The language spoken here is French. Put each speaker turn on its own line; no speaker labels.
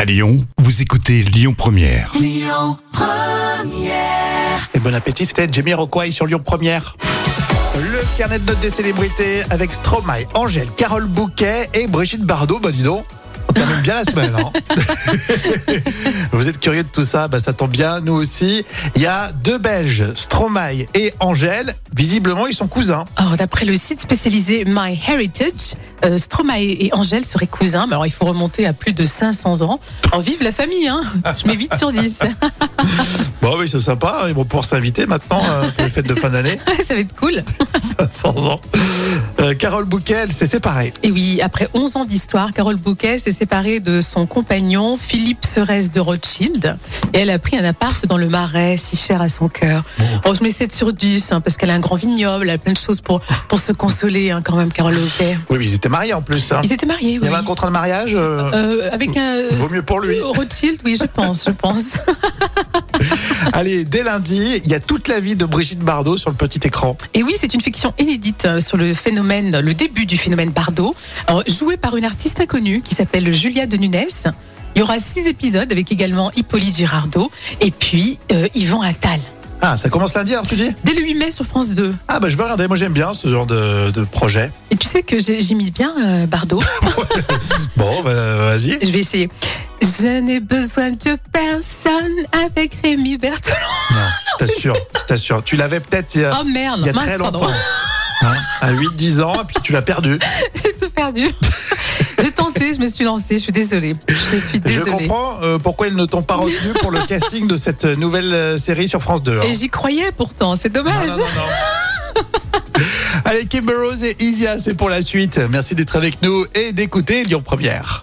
À Lyon, vous écoutez Lyon Première.
Et bon appétit, c'était Jamie Rockway sur Lyon Première. Le carnet de notes des célébrités avec Stromae, Angèle, Carole Bouquet et Brigitte Bardot. Bah dis donc, on termine bien la semaine. hein. Vous êtes curieux de tout ça, bah ça tombe bien, nous aussi. Il y a deux Belges, Stromae et Angèle. Visiblement, ils sont cousins.
Or, Oh, d'après le site spécialisé MyHeritage, euh, Stromae et Angèle seraient cousins, mais alors il faut remonter à plus de 500 ans. En vive la famille, hein Je mets 8 sur 10.
Bon oui, c'est sympa, hein. ils vont pouvoir s'inviter maintenant euh, pour les fêtes de fin d'année,
Ça va être cool.
500 ans. Euh, Carole Bouquet, elle s'est séparée.
Et oui, après 11 ans d'histoire, Carole Bouquet s'est séparée de son compagnon Philippe Serres de Rothschild et elle a pris un appart dans le Marais, si cher à son cœur.
Oh.
Oh, On se met 7 sur 10 hein, parce qu'elle a un grand vignoble, elle a plein de choses pour, pour se consoler hein, quand même, Carole Bouquet.
Oui, mais ils étaient mariés en plus. hein.
Ils étaient mariés,
Il y
oui.
avait un contrat de mariage euh,
Euh, avec un.
Vaut mieux pour lui.
Rothschild, oui, je pense, je pense.
Allez, dès lundi, il y a toute la vie de Brigitte Bardot sur le petit écran.
Et oui, c'est une fiction inédite euh, sur le phénomène, le début du phénomène Bardot, Alors, joué par une artiste inconnue qui s'appelle Julia de Nunes. Il y aura six épisodes avec également Hippolyte Girardot et puis euh, Yvan Attal.
Ah, ça commence lundi alors tu dis
Dès le 8 mai sur France 2.
Ah bah je vais regarder, moi j'aime bien ce genre de, de projet.
Et tu sais que j'ai- j'imite bien euh, Bardot.
Bon, bah, vas-y.
Je vais essayer. Je n'ai besoin de personne avec Rémi Bertolon.
Non, je t'assure, je t'assure. Tu l'avais peut-être il y a,
Oh merde,
il y a
mince,
très
pardon.
longtemps. Hein, à 8-10 ans, et puis tu l'as perdu.
J'ai tout perdu. j'ai tenté, je me suis lancée, je suis désolée. Je suis
Je
désolée.
comprends euh, pourquoi ils ne t'ont pas retenu pour le casting de cette nouvelle euh, série sur France 2. hein.
Et j'y croyais pourtant, c'est dommage.
Non, non, non, non. Allez, Kim Burrows et Isia, c'est pour la suite. Merci d'être avec nous et d'écouter Lyon Première.